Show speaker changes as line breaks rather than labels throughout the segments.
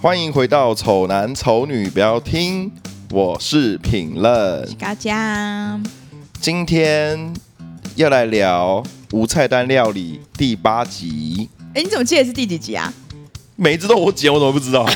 欢迎回到《丑男丑女》，不要听，我是品任。
大家
今天要来聊无菜单料理第八集，
哎，你怎么记得是第几集啊？
每一只都我剪，我怎么不知 道？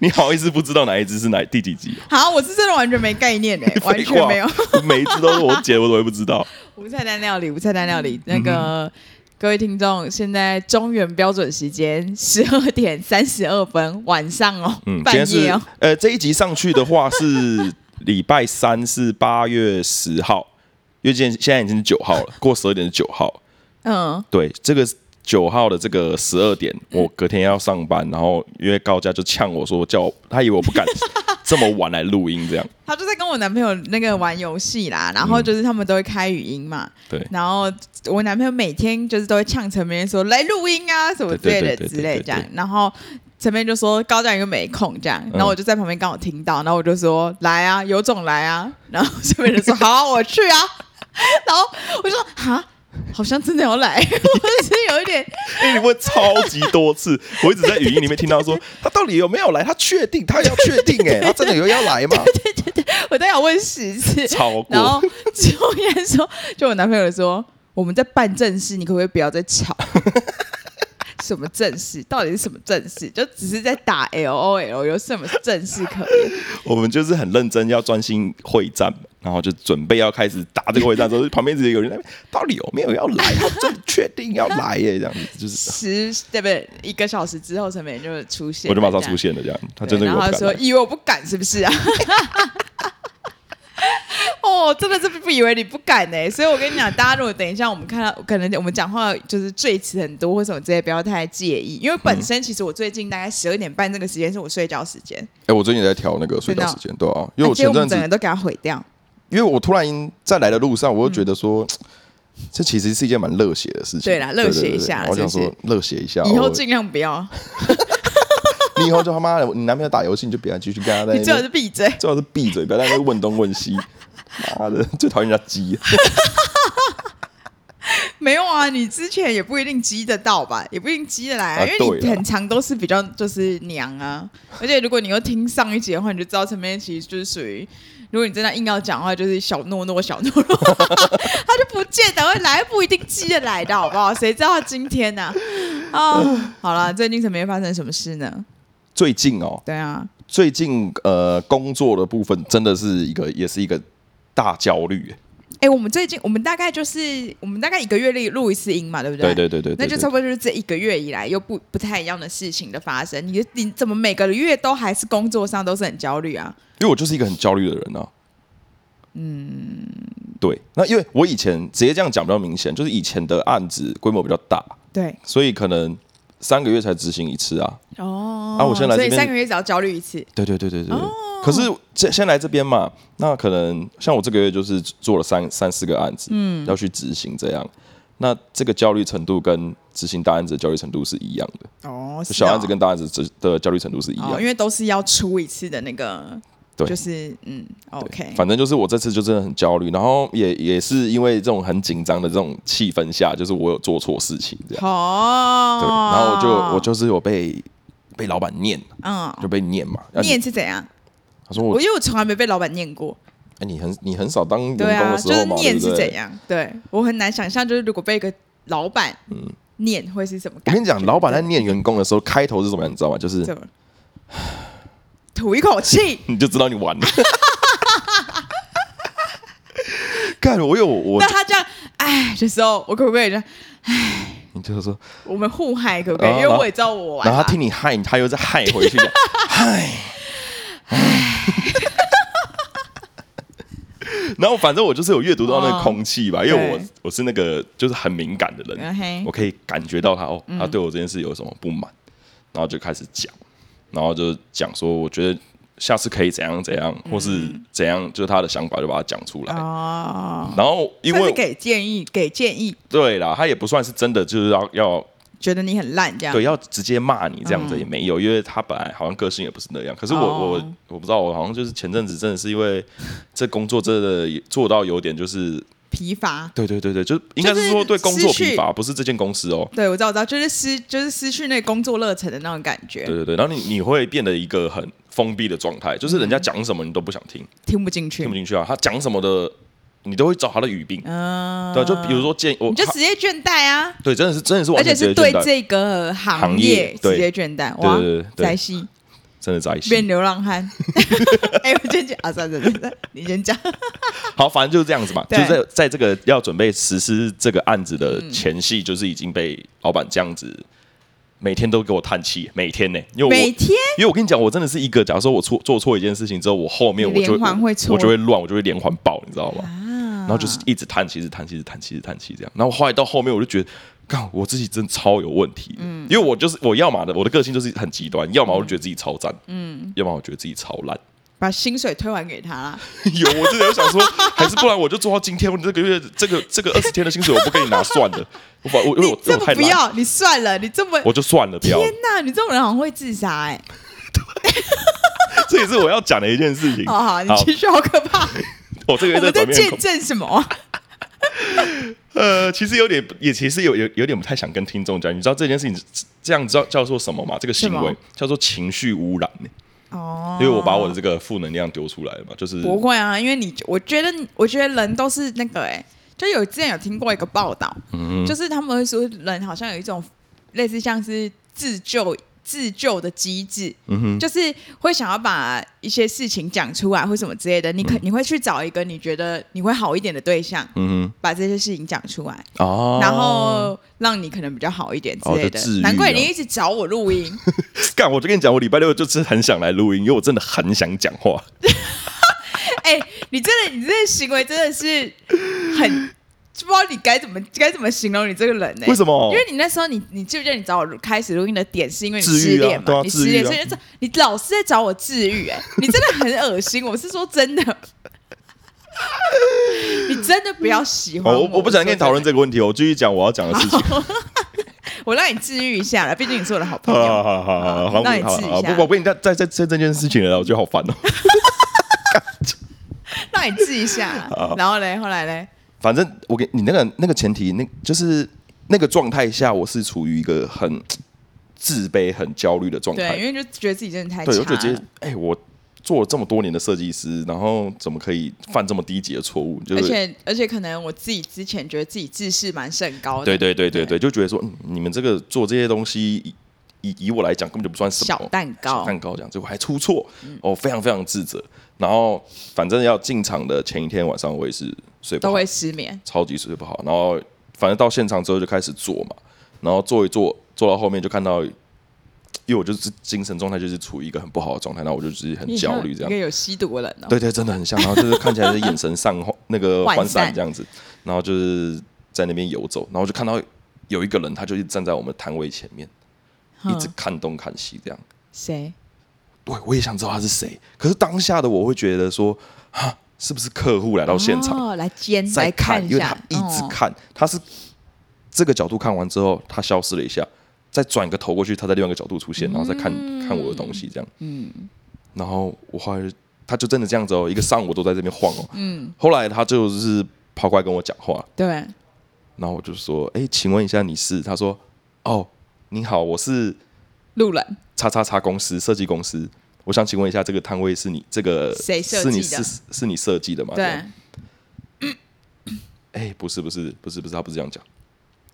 你好意思不知道哪一只是哪第几集？
好，我是真的完全没概念 哎、完
废
全
话
没有。，
每一只都是我剪，我怎么会不知 道？
无菜单料理，无菜单料理，那 个、各位听众，现在中原标准时间十二点三十二分，晚上哦，
嗯，今天
半夜
是
哦，
呃这一集上去的话是礼拜三，是八月十号，因为今天现在已经是九号了，过十二点是九号。
嗯，
对，这个九号的这个十二点，我隔天要上班，然后因为高家就呛我说叫我，他以为我不 敢这么晚来录音这样。
他就在跟我男朋友那个玩游戏啦，然后就是他们都会开语音嘛，
对
然后我男朋友每天就是都会呛陈明说来录音啊什么之
对对
类
对
的
对对
之类这样
对，
然后陈明就说高嘉宇没空这样，
嗯
然后我就在旁边刚好听到，然后我就说来啊，有种来啊，然后陈明就说好啊、我去啊， 然后我就说哈。好像真的要来， 我是有一点，
因为你问超级多次，我一直在语音里面听到说他到底有没有来，他确定，他要确定、欸，哎，他真的有要来 嘛？
我大概有问十 次，
超
然后
过，
就言说，就我男朋友说，我们在办正事，你可不可以不要再吵？ 什么正事？到底是什么正事？就只是在打 L O L，有什么正事可言？
我们就是很认真要专心会战，然后就准备要开始打这个会战的时候，旁边一直有人在那边到底有没有要来，他真的确定要来耶、欸，这样子 就是。
十对不对？一个小时之后，陈美人就出现，
我就马上
这样
出。现了，这样他
对
真的有不
然后
敢
他说
来，
以为我不敢是不是啊？ 哦，真的是不以为你不敢呢、所以我跟你讲，大家如果等一下我们看到，可能我们讲话就是赘词很多或什么之类，不要太介意，因为本身
嗯
其实我最近大概十二点半这个时间是我睡觉时间，
哎、我最近也在调那个睡觉时间，对啊，因为我
而且
前
我
阵
们
子啊
整个都给它毁掉。
因为我突然在来的路上，我又觉得说，这其实是一件蛮热血的事情。
嗯对啦热血一下
对对对对我想
是
说
不
热血一下。
以后
我
尽量不要，
你以后就他妈的，你男朋友打游戏你就不要继续跟他在那
你
边，
最好是闭嘴。
最好是闭嘴，不要在那边问东问西。妈的，最讨厌人家鸡。
没有啊，你之前也不一定积得到吧，也不一定积得来、啊，
啊
因为
对
你
啦
很长都是比较就是娘啊，而且如果你又听上一集的话，你就知道陈佩琪就是属于，如果你真的硬要讲的话，就是小诺诺小诺诺， 他就不见得会来，不一定积得来的好不好？谁知道他今天呢、啊？好了，最近陈佩琪发生什么事呢？
最近哦，
对啊，
最近呃，工作的部分真的是一个，也是一个大焦虑。
哎、我们最近我们大概就是我们大概一个月录录一次音嘛，对不啊
对对对对对
那就
对
差不多就是这一个月以来又不不太一样的事情的发生。你你怎么每个月都还是工作上都是很焦虑啊？
因为我就是一个很焦虑的人啊。嗯，对。那因为我以前直接这样讲比较明显，就是以前的案子规模比较大，
对，
所以可能三个月才执行一次啊。
哦，
啊我先来这
所
边
以三个月只要焦虑一次，
对对对对对。哦可是这先来这边嘛，那可能像我这个月就是做了三三四个案子，嗯，要去执行这样。那这个焦虑程度跟执行大案子的焦虑程度是一样的，
哦，是哦
小案子跟大案子之的焦虑程度是一样
哦，因为都是要出一次的那个，
对
就是嗯，OK，
反正就是我这次就真的很焦虑，然后也也是因为这种很紧张的这种气氛下，就是我有做错事情这样，
哦，
对，然后我就我就是有被被老板念，
嗯，
就被念嘛，啊你
念是怎样？
他说
我
我
因为我从来没被老板念过，
哎你很你很少当员工
对啊，
的时
就是
候嘛，对
念
不
是怎
对？嗯
样？对我很难想象，就是如果被一个老板念会是什么
我
感
跟
觉。
你讲，老板在念员工的时候，开头是什么样，你知道吗？ 就是
怎么吐一口气？
你就知道你完了。干，我有 我
那，他这样，哎的时候，我可不可以这样？
你就是说，
我们互嗨可不可以？
哦然
因
后
为我也知道我玩
然
嘛。
后他听你嗨，他又再嗨回 去，这样嗨，唉然后反正我就是有阅读到那个空气吧，因为我
哦对
我是那个就是很敏感的人，
嗯嘿嗯
我可以感觉到他哦，他对我这件事有什么不满，然后就开始讲，然后就讲说，我觉得下次可以怎样怎样，
嗯
或是怎样，就是他的想法就把它讲出来。
哦，
然后因
算是
为
给建议，给建议，
对啦，他也不算是真的，就是要要
觉得你很烂这样。嗯
对，要直接骂你这样子也没有，因为他本来好像个性也不是那样。可是我、
哦
我我不知道，我好像就是前阵子真的是因为这工作真的也做到有点就是
疲乏。
对对对对，就是应该是说对工作疲乏，不是这间公司哦。
对，我知道，我知道，就是失，就是失去那个工作热忱的那种感觉，
对对对，然后你你会变得一个很封闭的状态，
嗯
就是人家讲什么你都不想听，
听不进去
听不。进去啊。他讲什么的，你都会找他的语病。
嗯，
对啊，就比如说建议我，
你就
他
直接倦怠啊，
对，真的是真的是
而
完
且
全直接
是对
倦怠，
这个行
行
业
业
直
对
接倦怠，哇
对对对，对
宅系
真的在一起。
变流浪汉。 哎，我先讲啊，算了算了，算了你先讲。
好，反正就是这样子嘛，就
对
是在在这个要准备实施这个案子的前戏，就是已经被老板这样子每天都给我叹气，每天呢、因为我
每天
因为我跟你讲，我真的是一个，假如说我错做错一件事情之后，我后面我就
连环会错
我我就会乱，我就会连环爆，你知道吗？
啊
然后就是一直叹气，一直叹气，一直叹气，一直叹气这样。然后后来到后面，我就觉得，干我自己真的超有问题。嗯，因为我就是我要嘛的，我的个性就是很极端，要么我就觉得自己超赞，嗯，要么我觉得自己超烂。
把薪水退还给他啦。
有，我真的有想说， 还是不然我就做到今天，我这个月这个这个二十天的薪水我不给你拿算了，我把 我因为
你
我
这
我
么
太
不
懒，
要，你算了，你这么
我就算了，不要了。
天哪，你这种人好像会自杀哎。
这也是我要讲的一件事情。
好哦好，你继续，好可 怕。
我这个月
我
在
们在
转变
见证什么啊？
呃，其实有点，也其实有有有点不太想跟听众讲，你知道这件事情是这样知道叫做什么吗？这个行
什
为
么
叫做情绪污染、呢，
哦
因为我把我的这个负能量丢出来了嘛，就是
不会啊，因为你，我觉得，我觉得人都是那个、欸，就有之前有听过一个报道，
嗯
就是他们会说人好像有一种类似像是自救自救的机制，
嗯
就是会想要把一些事情讲出来或什么之类的，你可、你会去找一个你觉得你会好一点的对象，
嗯
把这些事情讲出来，
哼，哦，
然后让你可能比较好一点之
哦
类
就
的。
治愈
难怪
啊
你一直找我录音，
干，我就跟你讲，我礼拜六就是很想来录音，因为我真的很想讲话。
哎、你真的，你这个行为真的是很不知道你该怎么该怎么形容你这个人呢、
为什么
因为你那时候你你记不记得你找我录开始录音的点是因为你
治愈
失
啊
恋嘛？
对啊
你
治
失恋，
愈啊
所以就是你老是在找我治 愈，哎，你真的很恶心，我是说真的。你真的不要喜欢
哦，
我，
我我不想跟你讨论
这，
这个问题，我继续讲我要讲的事情。
我让你治愈一下了，毕竟你是我的好朋
好啊好好
友。
好好，好
那你
好
治一
好，
下
不，我跟你在在在在这件事情了，我觉得好烦哦。
让你治一下
好，
然后嘞，后来嘞，
反正我给你那个那个前提，那就是那个状态下，我是处于一个很自卑、很焦虑的状
对，
态
因。为就觉得自己真的太
对，
差
我就觉
了
得，，哎、我做了这么多年的设计师，然后怎么可以犯这么低级的错误？就
而
是
且而且可能我自己之前觉得自己自视蛮甚高的，
对对对对对，就觉得说、嗯你们这个做这些东西，以以以我来讲根本就不算什么
小蛋糕嗯
小蛋糕这样子，我还出错，哦，非常非常自责。然后反正要进场的前一天晚上，我也是睡不
都
好，
会失眠。
超级睡不好。然后反正到现场之后就开始做嘛，然后做一做，做到后面就看到，因为我就是精神状态就是处于一个很不好的状态，然后我就只是很
你
焦虑这
像
样
一个。有吸毒的人哦。
对对，真的很像，然后就是看起来是眼神上 那个
涣
涣散
散
这样子，然后就是在那边游走，然后就看到有一个人，他就一直站在我们摊位前面，一
哼
直看东看西这样。
谁？
对，我也想知道他是谁，可是当下的我会觉得说，啊，是不是客户来到现场、
哦来监
在
来
看，
一
因为他
下，
一直
哦
看，他是这个角度看完之后，他消失了一下，再转个头过去，他在另外一个角度出现，然后再看、看我的东西，这样，嗯，然后我后来他就真的这样子哦，一个上午都在这边晃哦，嗯，后来他就是跑过来跟我讲话，
对，
然后我就说，哎，请问一下你是？他说，哦，你好，我是
路人
叉叉叉公司设计公司。我想请问一下，这个摊位是你这个
谁设
是你
计的
是是你设计的吗？这样
对，
哎、不是不是不是不是，他不是这样讲，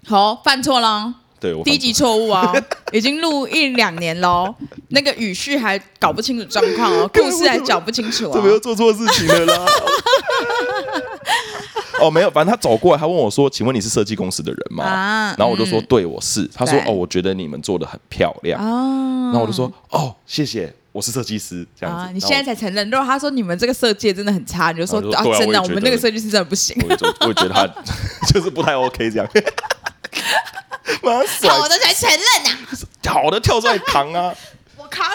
好犯错了，哦
对我
低
反
级错误哦，已经录一两年喽，那个语序还搞不清楚状 况哦，故事还讲不清楚
怎么又
哦。
做错事情了 啦？哦，没有，反正他走过来，他问我说：“请问你是设计公司的人吗？”
啊
然后我就说：“
嗯
对，我是。”他说：“
对
哦，我觉得你们做的很漂亮。
啊
然后我就说：“哦，谢谢，我是设计师。”这样子，
啊！你
然后
现在才承认，如果他说你们这个设计真的很差，你就说
然后就对
啊
啊，
真
我
的，
也
我们
觉
那
得
个设计师真的不行。
我也就我也觉得他 就是不太 OK 这样。 马上甩
好的才承认呐，
好的跳出来扛啊！
我 扛。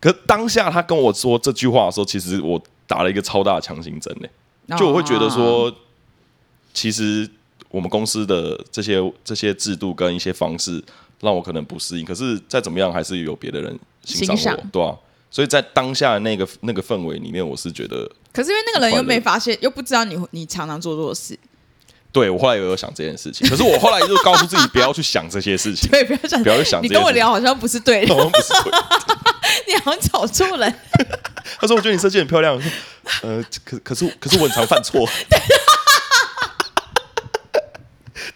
可是当下他跟我说这句话的时候，其实我打了一个超大的强心针欸呢、
哦
就我会觉得说，其实我们公司的这些这些制度跟一些方式，让我可能不适应。可是再怎么样，还是有别的人欣赏我，
欣赏
对啊。所以在当下那个那个氛围里面，我是觉得
可是因为那个人又
快乐
没发现，又不知道你你常常做错事，
对我后来也有想这件事情，可是我后来就告诉自己不要去想这些事情，
对，不要想，
不要去想
你
这
跟
件
我
事情
聊好像不是 对的，
好像不是对。
你好像找 错人。
他说：“我觉得你设计很漂亮。”我说：“呃，可可是可是我很常犯错。”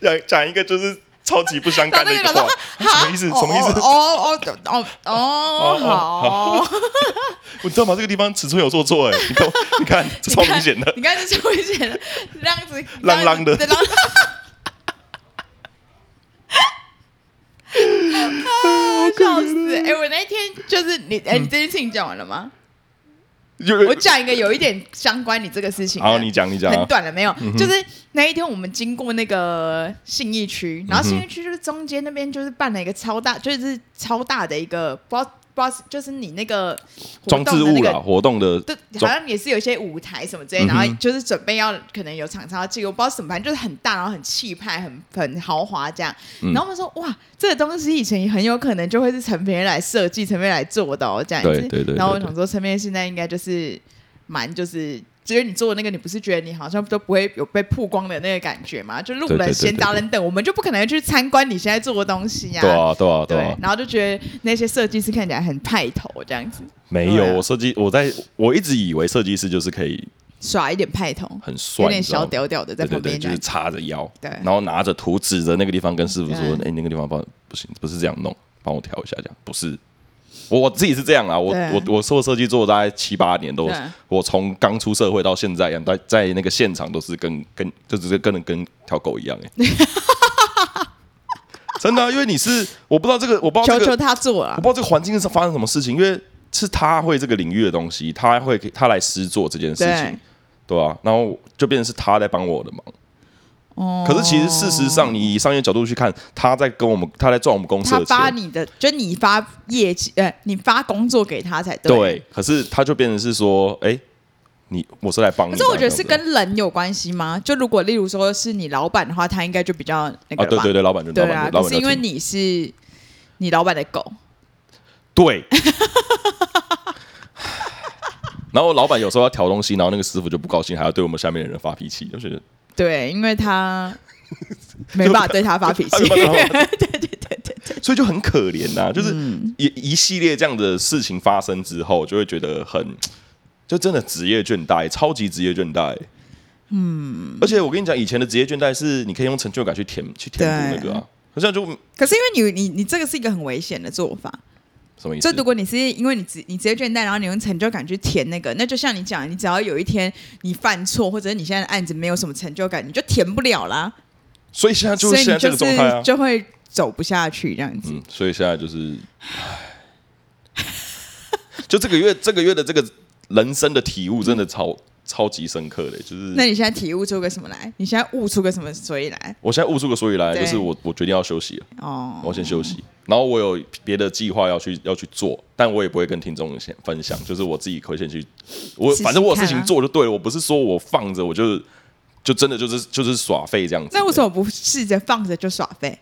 讲讲一个就是超级不相干的一个
然
话
后，
什么意思？什么意思？
哦哦哦哦哦，好，
我知道吗？这个地方尺寸有做错哎， 你看，你看，这 超明显的。
你看这是危险的，这样子，
浪浪的
对浪浪。 啊笑死！哎、我那一天就是你，
嗯
哎、你这件事情讲完了吗？
就
我讲一个有一点相关你这个事情的。
好，你讲，你讲啊
很，短了没有？就是那一天我们经过那个信义区，
嗯
然后信义区就是中间那边就是办了一个超大，就是超大的一个，不知道不知道是，就是你那个 活
装
动
置
的那
物啊
个
啦，活动的
对，好
装
像也是有一些舞台什么之类，
嗯
然
哼
后就是准备要可能有厂商要进，我不知道什么，反正就是很大，然后很气派，很很豪华这样。
嗯
然后我们说，哇，这个东西以前很有可能就会是陈培来设计、陈培来做的哦，这样子。
对对对
然后我
对对
想说，陈培现在应该就是蛮就是。觉得你做的那个，你不是觉得你好像都不会有被曝光的那个感觉吗？就路
对对
人
对
闲杂
对对
人等，我们就不可能去参观你现在做的东西呀、
对啊，对啊，对
对
啊，，
然后就觉得那些设计师看起来很派头，这样子
没有
对啊
我设计，我在我一直以为设计师就是可以
耍一点派头，
很帅，
有点
你知道
小
吗
屌屌的在
对对
旁
对，
边
就
这样
是叉着腰，
对
然后拿着图指着那个地方跟师傅说：“哎、
对
那个地方帮不行，不是这样弄，帮我调一下。”这样不是，我我自己是这样啦，我
对嗯
我我做设计做大概七八年都
对，
我从刚出社会到现在一样，在在那个现场都是跟跟就只是跟人跟条狗一样、欸， 真的啊、因为你是我不知道这个，我不知道
求
这个
求他做
我
了
不，知道这个环境是发生什么事情，因为是他会这个领域的东西，他会他来施做这件事
对
情，，对啊，然后就变成是他在帮我的忙。
哦
可是其实事实上，你以商业角度去看，他在跟我们，他在赚我们公司
他
的
发
钱。
你的，就你发业绩，呃，你发工作给他才对。
对，可是他就变成是说，哎、你我是来帮你
可
的。
是我觉得是
这样子
跟人有关系吗？就如果例如说是你老板的话，他应该就比较那
啊，
个
对
吧
对对，老板就老
对
板
啊。
就老
可
板
是
就
因为
听
你是你老板的狗，
对。 然后老板有时候要调东西，然后那个师傅就不高兴，还要对我们下面的人发脾气，就觉得
对，因为他没办法对他发脾气，
他没办法
对对对对对，
所以就很可怜呐、就是
嗯
一一系列这样的事情发生之后，就会觉得很，就真的职业倦怠，超级职业倦怠。嗯，而且我跟你讲，以前的职业倦怠是你可以用成就感去填去填补那个啊，好像就
可是因为你你你这个是一个很危险的做法，
什么意
就
思？
如果你是因为你直你直接倦怠，然后你用成就感去填那个，那就像你讲，你只要有一天你犯错，或者是你现在的案子没有什么成就感，你就填不了啦，
所以现在就
所
是
以
现
你
在这个
就是
状态啊，
就会走不下去这样子。
嗯，所以现在就是，唉 就这个月这个月的这个人生的体悟真的超、超级深刻的，就是
那你现在体悟出个什么来？你现在悟出个什么所以来？
我现在悟出个所以来，
对
就是我我决定要休息了。
哦，
我先休息。然后我有别的计划要去要去做，但我也不会跟听众先分享，就是我自己可以先去，我
试试
反正我有事
看
情
啊
做就对了，我不是说我放着我就就真的就是就是耍废这样子。
那为什么不试着放着就耍废？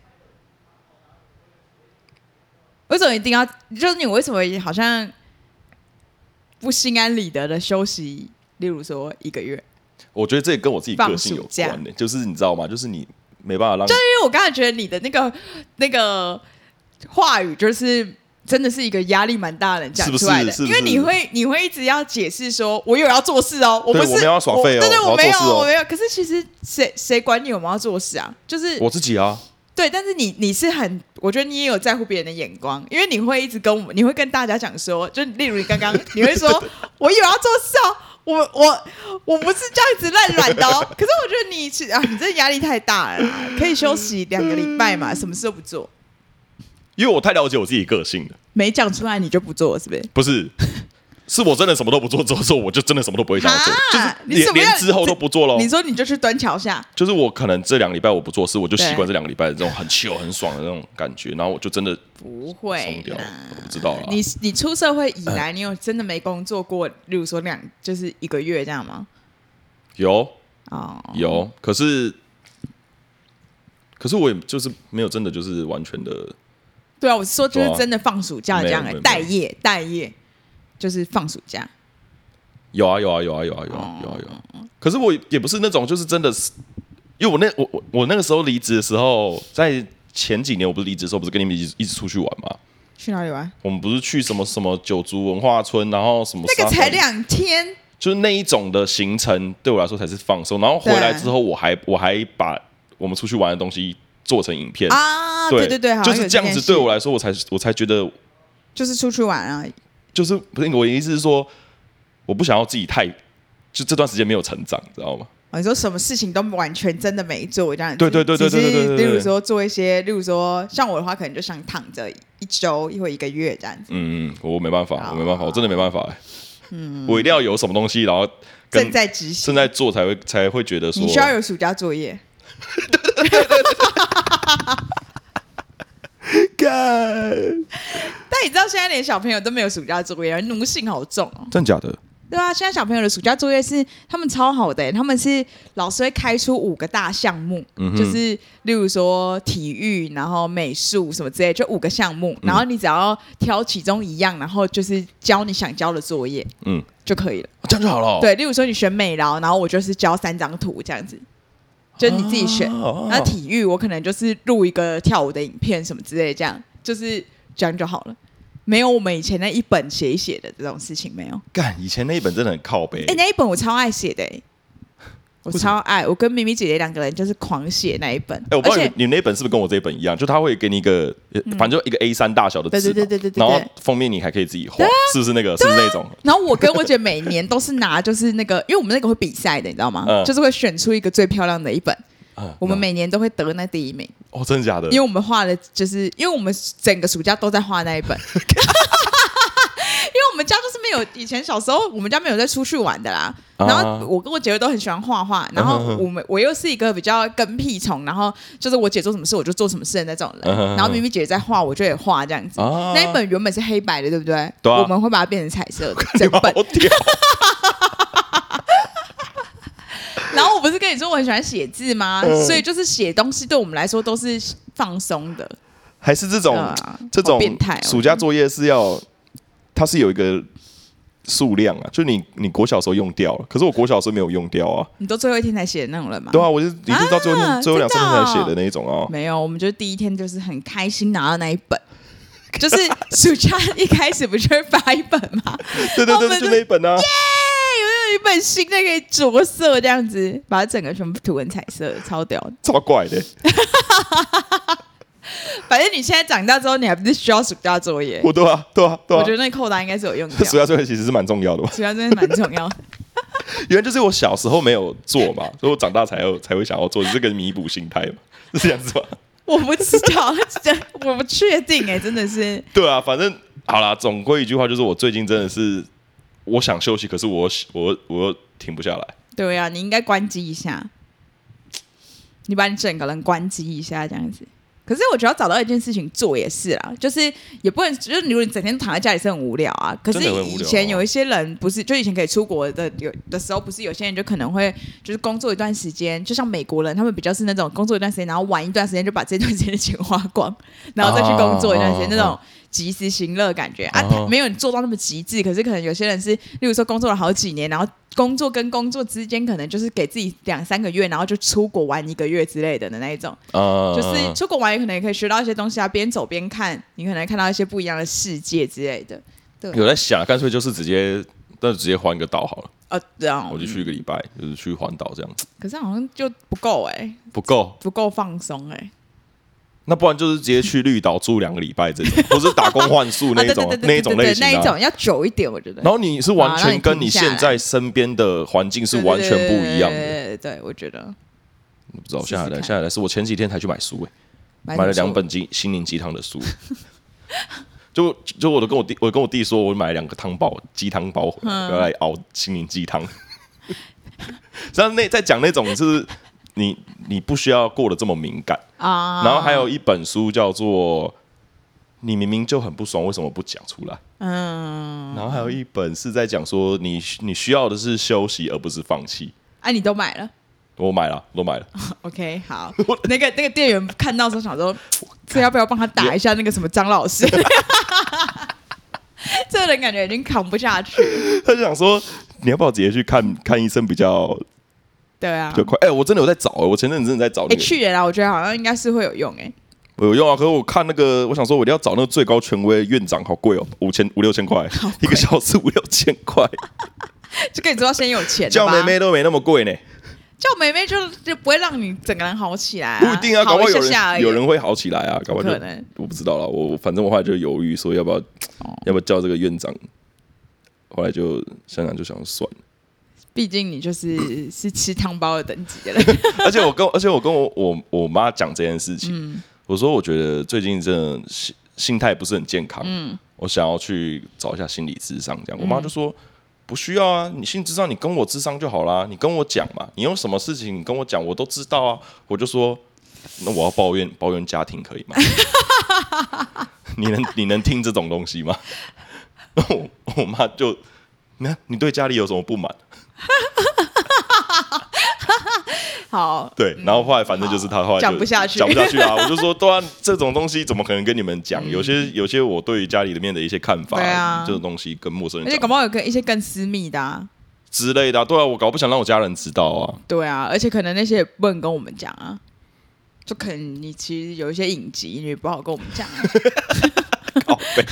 为什么一定要？就是你为什么好像不心安理得的休息？例如说一个月，
我觉得这也跟我自己个性有
放暑假
关的、就是你知道吗？就是你没办法让，
因为我刚才觉得你的那个那个话语，就是真的是一个压力蛮大的人讲
是不是
出来的，
是不
因
是
为你会你会一直要解释说，我有要做事哦，我不是
我没有要耍废哦
对对，
我要
没有，
做事哦
我没有。可是其实谁谁管你有没有要做事啊？就是
我自己啊，
对，但是你你是很，我觉得你也有在乎别人的眼光，因为你会一直跟我们，你会跟大家讲说，就例如你刚刚你会说， 我有要做事哦，我我我不是这样子乱软的哦。可是我觉得你是啊，你这压力太大了啦，可以休息两个礼拜嘛，什么事都不做，
因为我太了解我自己个性了，
没讲出来你就不做，是不是？
不是。 是我真的什么都不做，之后我就真的什么都不会想要做，
啊
就是
你怎
连
么样
连之后都不做喽。
你说你就去端桥下，
就是我可能这两个礼拜我不做事，我就习惯
对
这两个礼拜的这种很 chill 很爽的那种感觉，然后我就真的
不会
松掉嗯
啦
我不知道啦
你你出社会以来，你有真的没工作过，例如说两就是一个月这样吗？
有
哦，
有，可是可是我也就是没有真的就是完全的，
对啊，我是说就
对
是
啊
真的放暑假这样、
没有没有
待业待业就是放暑假，哦
有啊有啊有啊有啊有啊有啊有啊，可是我也不是那种就是真的是因为我那我我我那个时候离职的时候，在前几年我不是离职的时候，不是跟你们一直一直出去玩嘛？
去哪里玩？
我们不是去什么什么九族文化村，然后什么
那个
沙
才
滩
两天，
就是那一种的行程对我来说才是放松。然后回来
对
之后，我还我还把我们出去玩的东西做成影片
啊对对对好像
就是这样
有这件
子
事
对我来说，我才我才觉得
就是出去玩啊。
就是不是我的意思是说，我不想要自己太就这段时间没有成长，你知道吗？
哦，你说什么事情都完全真的没做这样子？
对对对对对对对对
只是
对
例如说做一些，例如说像我的话，可能就想躺着一周或一个月这样子，
嗯，嗯，我没办法，
好
我没办法，我真的没办法、嗯， 我一定要有什么东西，然后跟
哦正在执行。
正在做才会才会觉得说
你需要有暑假作业，
干，
但你知道现在连小朋友都没有暑假作业，奴性好重哦。
真假的？
对啊，现在小朋友的暑假作业是他们超好的欸、他们是老师会开出五个大项目，
嗯哼
就是例如说体育，然后美术什么之类，就五个项目，
嗯
然后你只要挑其中一样，然后就是交你想交的作业
嗯，
就可以了。
这样就好了哦、
对，例如说你选美劳，然后我就是交三张图这样子，就你自己选。
哦
那体育我可能就是录一个跳舞的影片什么之类，这样就是这样就好了。没有我们以前那一本写一写的这种事情没有。
干，以前那一本真的很靠背、
哎、那一本我超爱写的、欸，
为
我
什么
超爱，我跟咪咪姐姐两个人就是狂写那一本，
哎、我不知
而
道
且嗯
你你那本是不是跟我这一本一样，就他会给你一个，呃反正就一个 A 三大小的
对
字嘛，
对对对对对
然
啊
后封面你还可以自己画，是不是那个？是不是那种？
然后我跟我姐每年都是拿，就是那个，因为我们那个会比赛的，你知道吗？
嗯
就是会选出一个最漂亮的一本，
嗯
啊我们
嗯
每年都会得那第一名，
哦，真的假的？
因为我们画的，就是因为我们整个暑假都在画那 一本。因为我们家就是没有，以前小时候我们家没有在出去玩的啦。
啊
然后我跟我姐姐都很喜欢画画，然后
嗯哼哼
我们我又是一个比较跟屁虫，然后就是我姐做什么事我就做什么事的那种人
嗯哼。哼
然后明明姐姐在画，我就也画这样子。
啊
那一本原本是黑白的，对不对？
对啊
我们会把它变成彩色的
你
整
好
本。
屌，
然后我不是跟你说我很喜欢写字吗？
嗯
所以就是写东西对我们来说都是放松的。
还是这种、
对啊
这
好
种
变态哦
暑假作业是要，它是有一个数量啊，就你你国小时候用掉了，可是我国小时候没有用掉啊，
你都最后一天才写的那种人吗？
对啊，我就一直到最后、
啊
最后两三
真的
天
哦
才写的那一种啊，
没有，我们就第一天就是很开心拿到那一本， 就是暑假一开始不就会发一本吗？
对对
我们
对，就
就
那一本啊，
哎，我有一本新的可以着色，这样子把它整个全部涂成彩色，超屌的。
超怪的，
反正你现在长大之后，你还不是需要暑假作业？
我对啊对啊对
我
啊
觉， 得那扣单应该是有用的
这，暑假作业其 实是啊蛮重要的吧。
暑假真的蛮重要的。
原来就是我小时候没有做嘛，所以我长大才有才会想要做，这个弥补心态嘛，是这样子吧？
我不知道， 真我不确定哎、真的是
对啊，反正好啦，总归一句话就是，我最近真的是我想休息，可是我我我又停不下来。
对啊，你应该关机一下，你把你整个人关机一下，这样子。可是我觉得要找到一件事情做也是啦，就是也不能，就是如果你整天躺在家里是很无聊啊。可是
真的很无
以
聊啊
前有一些人不是，就以前可以出国的有的时候，不是有些人就可能会就是工作一段时间，就像美国人，他们比较是那种工作一段时间，然后玩一段时间就把这段时间的钱花光，然后再去工作一段时间、
啊
那种及时行乐的感觉啊
啊
没有你做到那么极致，可是可能有些人是，例如说工作了好几年，然后工作跟工作之间可能就是给自己两三个月，然后就出国玩一个月之类的的那一种，
啊
就是出国玩也可能也可以学到一些东西啊，边走边看，你可能看到一些不一样的世界之类的。
有在想，干脆就是直接，那就直接环个岛好了，
呃，对啊，
我就去一个礼拜，就是去环岛这样子，
可是好像就不够哎、
不够。
不够放松哎、
那不然就是直接去绿岛住两个礼拜这 种，或是打工换宿那一种、
啊、对对对对
那一种
对
类
对
型
那
的
一
啊、
种要久一点，我觉得。
然后你是完全跟你现在身边的环境是完全不一样的。
对对对对对，我觉得
不知道
试试
下来
看
下来是我前几天才去买书、欸，
买
买了两本鸡心灵鸡汤的书。 就就我都跟我弟，我跟我弟说，我买了两个汤包鸡汤包回来，要来熬心灵鸡汤。 然后那在讲那种就是你你不需要过得这么敏感。
啊，
然后还有一本书叫做《你明明就很不爽，为什么不讲出来》。
嗯，
然后还有一本是在讲说你你需要的是休息，而不是放弃。
啊，你都买了。
我买了，都买了。
OK，好，那个那个店员看到之后想 说，这要不要帮他打一下那个什么张老师？ 这个人感觉已经扛不下去，
他就想说，你要不要直接去看看医生比较
对啊，
就快哎、我真的有在找，我前阵子真的在找
哎、
那个，
去年啊，我觉得好像应该是会有用哎、
我有用啊。可是我看那个，我想说我一定要找那个最高权威院长，好贵哦，五千五六千块，一个小时五六千块，
就跟你说先有钱的
叫
吧
妹妹都没那么贵呢，
叫妹妹就就不会让你整个人好起来、啊，
不一定啊，搞不好
好一
有
下
人
下而已
有人会好起来啊，搞不
不
好就
可能。
我不知道了，我我反正我后来就犹豫说要不要、
哦
要不要叫这个院长，后来就想想就想算了。
毕竟你就是是吃汤包的等级的人，
而且我跟而且我跟我我我妈讲这件事情，我说我觉得最近真的心心态不是很健康，我想要去找一下心理智商这样。我妈就说。不需要啊，你心理智商，你跟我智商就好啦，你跟我讲嘛，你有什么事情你跟我讲，我都知道啊。我就说，那我要抱怨抱怨家庭可以吗？你能你能听这种东西吗？ 然后我我妈就，那你对家里有什么不满？
好，
对，然后后来反正就是他后来就
嗯讲不下去
讲不下去啊！我就 说，对啊，这种东西怎么可能跟你们讲？有些有些我对于家里面的一些看法，
嗯对啊
这种东西跟陌生
而
人
且搞
讲
不好有更一些更私密的、啊，
之类的啊、对啊，我搞不想让我家人知道啊。
对啊，而且可能那些也不能跟我们讲啊，就可能你其实有一些隐疾，你也不好跟我们讲、啊。
靠背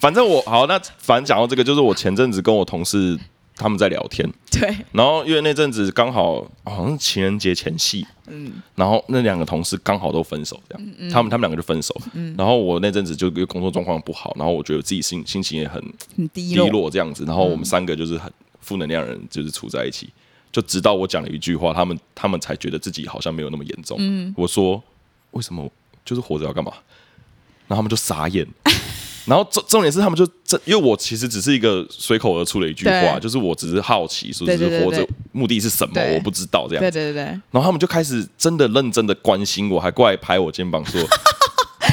反正我好，那反正讲到这个，就是我前阵子跟我同事他们在聊天，
对，
然后因为那阵子刚好好像是情人节前夕，
嗯，
然后那两个同事刚好都分手，这样，他们他们两个就分手。
嗯
然后我那阵子就因为工作状况不好，然后我觉得自己心心情也很
很低
低
落，
落这样子，然后我
嗯
们三个就是很负能量的人，就是处在一起，就直到我讲了一句话，他们他们才觉得自己好像没有那么严重。
嗯
我说为什么就是活着要干嘛？然后他们就傻眼。 然后重重点是他们就这，因为我其实只是一个随口而出的一句话，
对
就是我只是好奇，说就
对对
是
对
活着
对
目的是什么，
对
我不知道这样啊
对对对对，
然后他们就开始真的认真的关心我，还过来拍我肩膀 说：“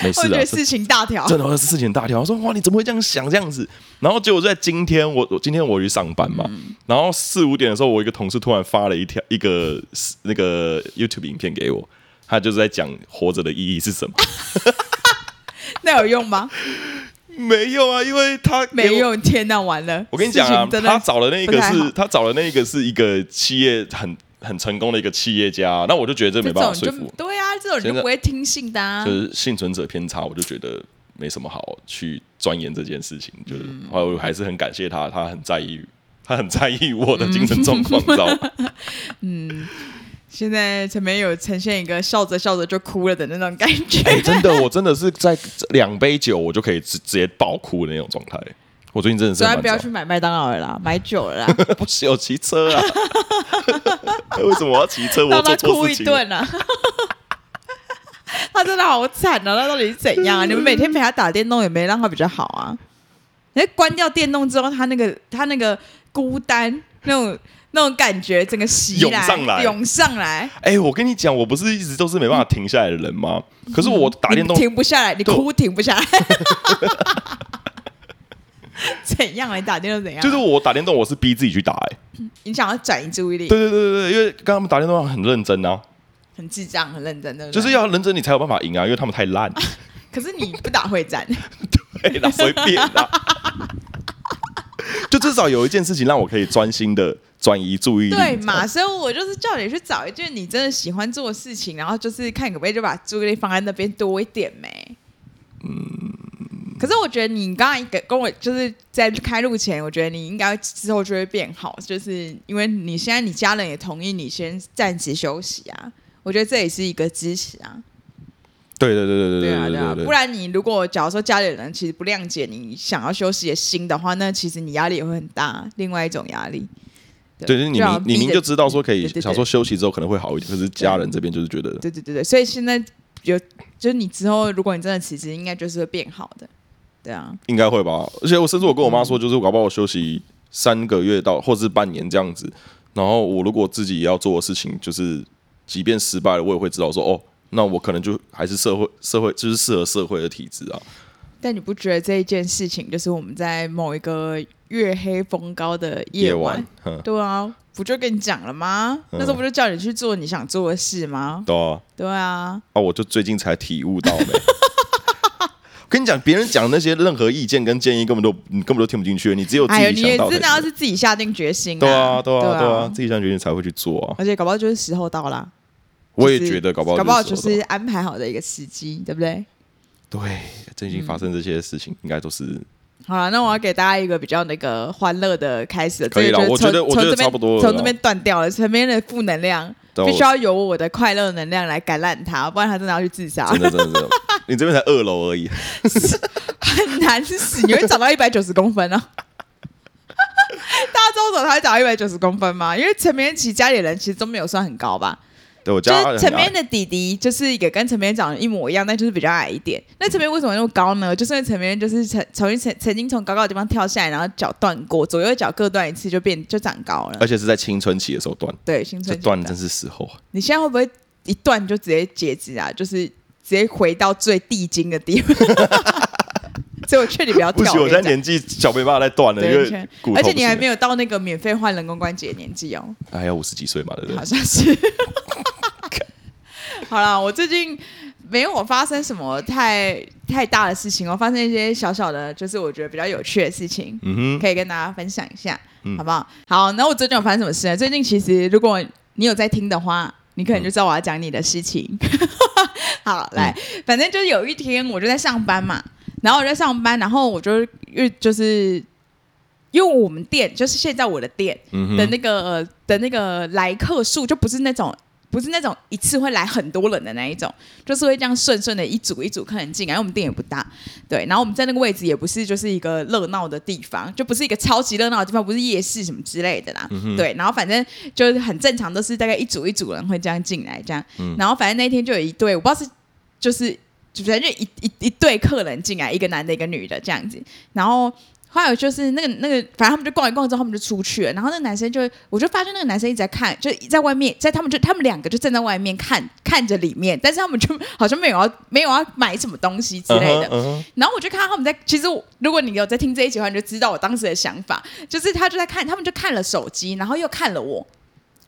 没
我
事啊的，
觉得
这
事情大 条，
真的这事情很大条。”我说：“哇，你怎么会这样想这样子？”然后结果就在今天，我我今天我去上班嘛，
嗯
然后四五点的时候，我一个同事突然发了一条一个那个 YouTube 影片给我，他就是在讲活着的意义是 什么。
那有用吗？
没有啊，因为他给我
没。用，天哪，完了！
我跟你讲啊
事情，真的
他找的那
不
个
太好
是他找的那个是一个企业很很成功的一个企业家，啊那我就觉得这没
这
办法
种
说
就
服我。
对啊，这种
真
人
的
就不会听信的啊
就。是幸存者偏差，我就觉得没什么好去钻研这件事情。就是，后来我还是很感谢他，他很在意，他很在意我的精神状况，你知道吗？
现在陈明有呈现一个笑着笑着就哭了的那种感觉，
哎、真的，我真的是在两杯酒我就可以直直接爆哭的那种状态。我最近真的是
虽然
蛮
不要去
糟
买麦当劳了啦，买酒了啦，
的不是有骑车 啊？为什么我要骑车？我
让
做
他
错
哭
事
一
情。
顿啊！ 他真的好惨啊！那到底是怎 样啊？你们每天陪他打电动也没让他比较好啊？哎，关掉电动之后，他那个他那个孤单那种那种感觉，整个袭
涌上来
涌上来，
哎、我跟你讲，我不是一直都是没办法停下来的人吗？可是我打电动
你停不下来，你
对
哭停不下来。 怎样啊？你打电动怎样啊？
就是我打电动，我是逼自己去打、哎，
你想要转移注意力，
对对对对对，因为刚刚他们打电动很认真啊，
很智障，很认真，对不对？
就是。要认真你才有办法赢啊，因为他们太 烂，
可是你不打会战，
哎啦，随便啦。就至少有一件事情让我可以专心的转移注意力。
对嘛？所以我就是叫你去找一件你真的喜欢做的事情，然后就是看可不可以就把注意力放在那边多一点没。嗯。可是我觉得你刚刚跟跟我就是在开录前，我觉得你应该之后就会变好，就是因为你现在你家人也同意你先暂时休息啊。我觉得这也是一个支持啊，
对对对对对
啊，
对
啊，
对
不然你如果假如说家里人其实不谅解你想要休息的心的话，那其实你压力也会很大，另外一种压力。
对，就是你
让
明你
逼
明
着
就知道说可以
对对对
想说休息之后可能会好一点，可是家人这边就是觉得
对对对对，所以现在有就是你之后，如果你真的辞职，应该就是会变好的，对啊，
应该会吧。而且我甚至我跟我妈说，就是我搞不好我休息三个月到或是半年这样子，然后我如果自己也要做的事情，就是即便失败了，我也会知道说哦，那我可能就还是社会社会就是适合社会的体质啊。
但你不觉得这一件事情，就是我们在某一个月黑风高的
夜
晚，
晚，嗯，
对啊，不就跟你讲了吗？
嗯
那时候不就叫你去做你想做的事吗？
对啊。
对啊，
啊，我就最近才体悟到没。我 跟你讲，别人讲那些任何意见跟建议，根本都你根本都听不进去，你只有自
哎呦，
己
你
想
也
到才
知
行。
道是自己下定决心、
对啊，对
对
啊，对啊，自己下决定才会去做啊。
而且搞不好就是时候到了，
我也
就是
觉得，搞不好
搞不好
时
就
候
是
到
安排好的一个时机，对不对？
对，最近发生这些事情，应该都 是
好了，那我要给大家一个比较那个欢乐的开始了。
可以
这
了
个就是
我觉得
从
我觉得
从这边
差不多了啦
从这边断掉了，前面的负能量
对
必须
我
要由我的快乐能量来感染他，不然他真的要去自杀
真，的真的真的。你这边才二楼而已，
很 难死。你会长到一百九十公分哦。 大家知道为什么他会长到一百九十公分吗？因为陈明恩其实家里人其实都没有算很高吧，
对我
就
家
是
很
陈
矮
明恩的弟弟就是一个跟陈明恩长得一模一样，但就是比较矮一点。那陈明恩为什么那么高呢？就是因为陈明恩就是曾曾曾曾经从高高的地方跳下来，然后脚断过，左右脚各断一次，就变就长高了
而。且是在青春期的时候断，
对，青
这
春
呃断
期
真是时候啊。
你现在会不会一断就直接截肢啊？就是直接回到最地精的地方。 所以我劝你不要
不
跳。
行，我
跟
现在
你讲
年纪小没办法再断了，因
对，
为
劝
骨头。
而且你还没
有，
有到那个免费换人工关节的年纪哦，
哎呀，五十几岁嘛，对不对
好？像是。 好了，我最近没有发生什么太太大的事情哦，发生一些小小的，就是我觉得比较有趣的事情。
嗯哼，
可以跟大家分享一下，
嗯
好不好？好，那我最近有发生什么事呢？最近其实如果你有在听的话，你可能
嗯
就知道我要讲你的事情。 好，来，
嗯
反正就是有一天我就在上班嘛，然后我在上班，然后我就因就是因为我们店就是现在我的店
嗯
的
哼，
那个、呃的那个来客数就不是那种。不是那种一次会来很多人的那一种，就是会这样顺顺的一组一组客人进来，因为我们店也不大，对，然后我们在那个位置也不是就是一个热闹的地方，就不是一个超级热闹的地方，不是夜市什么之类的啦，
嗯
对，然后反正就是很正常，都是大概一组一组人会这样进来这样，
嗯
然后反正那天就有一对，我不知道是就是。就反正就一一一对客人进来，一个男的，一个女的这样子，然后后来就是那个那个，反正他们就逛一逛之后，他们就出去了。然后那个男生就，我就发现那个男生一直在看，就在外面，在他们就他们两个就站在外面看看着里面，但是他们就好像没有要没有要买什么东西之类的。
嗯哼，
然后我就看到他们在，其实我如果你有在听这一集的话，你就知道我当时的想法，就是他就在看，他们就看了手机，然后又看了我。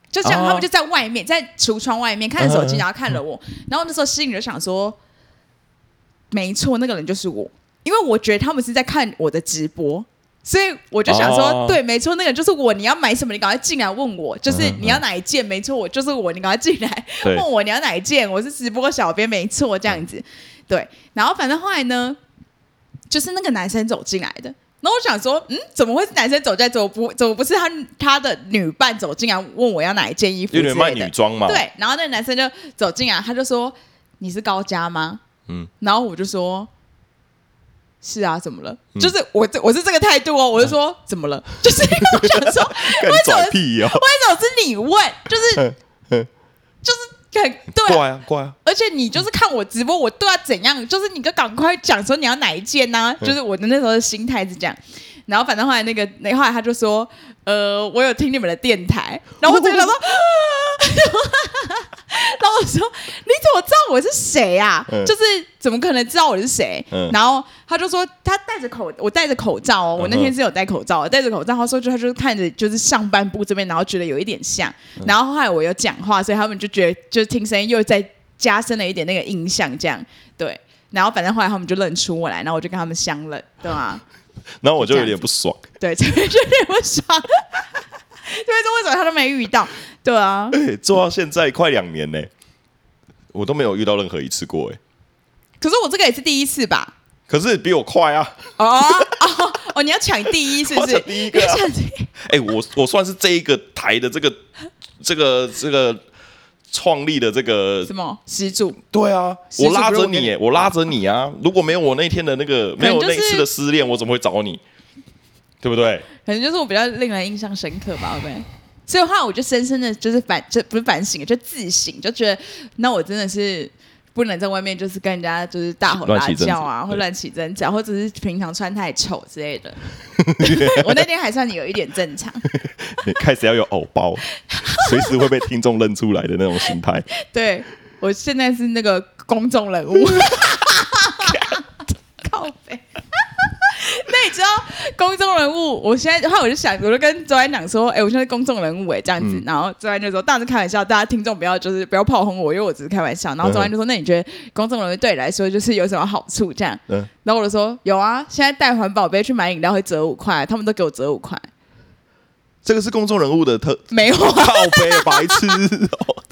就这样，
哦
他们就在外面，在橱窗外面看着手
嗯
机，然后看了我。然后那时候心里就想说，没错，那个人就是我，因为我觉得他们是在看我的直播，所以我就想说，
哦
对，没错，那个人就是我。你要买什么，你赶快进来问我，就是
嗯嗯
你要哪一件，没错，我就是我，你赶快进来。
嗯对嗯
问，我你要哪一件，我是直播小编，没错，这样子。对，然后反正后来呢，就是那个男生走进来的。然后我想说，嗯，怎么会是男生走进来？怎么不怎么不是他他的女伴走进来问我要哪一件衣服之
有
类
点卖女
的？
装嘛，
对，然后那个男生就走进来，他就说：“你是高佳吗？”
嗯，
然后我就说：“是啊，怎么了？”
嗯
就是我这我是这个态度哦，我就说、怎么了？就是 因为我想说，
干拽屁哦，
为什么是你问？就是啊就是很对啊
怪啊怪啊，
而且你就是看我直播，我对他怎样，就是你就赶快讲说你要哪一件呐、
嗯
就是我的那时候的心态是这样。然后反正后来那个那后来他就说，呃，我有听你们的电台，然后我 整个想说，啊然后我说你怎么知道我是谁呀、啊？
嗯
就是怎么可能知道我是谁？
嗯
然后他就说他戴着口，我戴着口罩哦，我那
嗯
天是有戴口罩的，戴着口罩，他说就他就是看着就是上半部这边，然后觉得有一点像，
嗯
然后后来我有讲话，所以他们就觉得就听声音又再加深了一点那个印象，这样对。然后反正后来他们就认出我来，然后我就跟他们相认，对吗？
然后我就有点不爽，
对， 这边就有点爽，这边说为什么他都没遇到？对啊，
哎做到现在快两年呢，我都没有遇到任何一次过哎，
可是我这个也是第一次 吧？
可是比我快啊，
哦哦 哦，你要抢第一是不
我
是？
抢第一个啊
你抢第一
哎，我我算是这一个台的这个这个这个创立的这个
什么始祖？
对啊，
实
我
属
拉
不是
着
我跟
你
你
耶，我拉着你啊！如果没有我那天的那个，没有
可能
那
就是
一次的失恋，我怎么会找你？对不 对？
可能就是我比较令人印象深刻吧，我感觉。所以后来我就深深的就是反，就不是反省，就自省，就觉得那我真的是不能在外面就是跟人家就是大吼
乱
大
起争执
叫啊，
对
或乱起争吵，或者是平常穿太丑之类的。我那天还算有一点正常，
开始要有偶包，随时会被听众认出来的那种心态。
对我现在是那个公众 人物，靠背。那你知道公众人物，我现在，后来我就想，我就跟周安讲说，哎、我现在是公众人物哎、这样子。
嗯
然后周安就说，当然是开玩笑，大家听众不要就是不要炮轰我，因为我只是开玩笑。然后周安就说，那你觉得公众人物对你来说就是有什么好处？这样，
嗯
然后我就说，有啊，现在带环保杯去买饮料会折五块，他们都给我折五块，
这个是公众人物的特
没有啊，
靠背，白痴哦。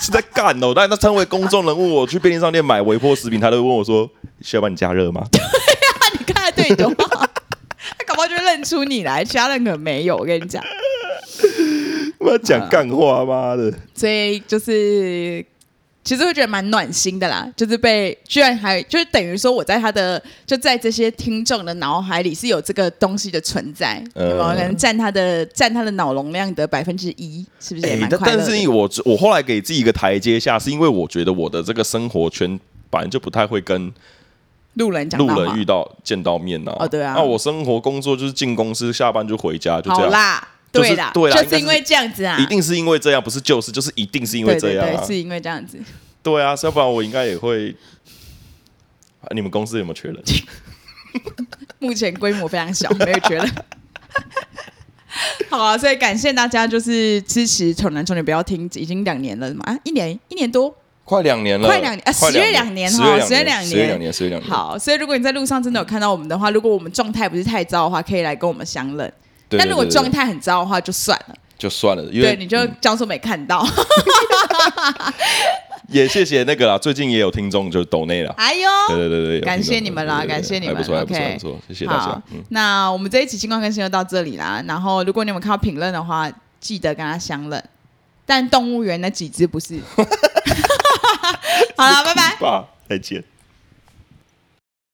是在干哦！但他成为公众人物，我去便利商店买微波食品，他都会问我说：“需要帮你加热吗
你看他对你多好， 他搞不好就会认出你来，其他人可能没有。我跟你讲，？”
我讲干话，妈的！
所以就是其实会觉得蛮暖心的啦，就是被居然还就是等于说我在他的就在这些听众的脑海里是有这个东西的存在，
呃
有没有可能占他的占他的脑容量的百分之一，是不是也
欸
蛮
但
快乐
但
的？
是我我后来给自己一个台阶下，是因为我觉得我的这个生活圈本来就不太会跟
路人讲
路
到
人
话
遇到见到面呐、
哦对啊
那我生活工作就是进公司，下班就回家，就
好
这样。
啦，
就是
对啦，
对啦
就
应该
是
是
因为这样子啊，
一定是因为这样，不是就是，就是一定是因为
对
这
对
样、啊。
对，是因为这样子。
对啊，要不然我应该也会。啊你们公司有没有缺人？
目前规模非常小，没有觉得。 好啊，所以感谢大家就是支持《丑男丑女》，不要听，已经两年了嘛，啊，一年一年多。
快两年了，
快两年啊
快
十
十
月
月
两年
年，
哈
十月两年， 十月两年。
好，所以如果你在路上真的有看到我们的话，如果我们状态不是太糟的话，可以来跟我们相认。
对，对
但如果
对对
状态很糟的话，就算了，
就算了，因为嗯
对，你就装作没看到。
也谢谢那个啦，最近也有听众就是抖内啦。
哎呦，
对对对对，有
感
听众
谢你们啦
对对对
感谢你
还
们
不错，还不错，
OK
还不错，谢谢大
好
家。嗯。
那我们这一期星光更新就到这里啦。然后，如果你们看到评论的话，记得跟他相认。 但动物园那几只不是。好了，拜拜。
吧，再见。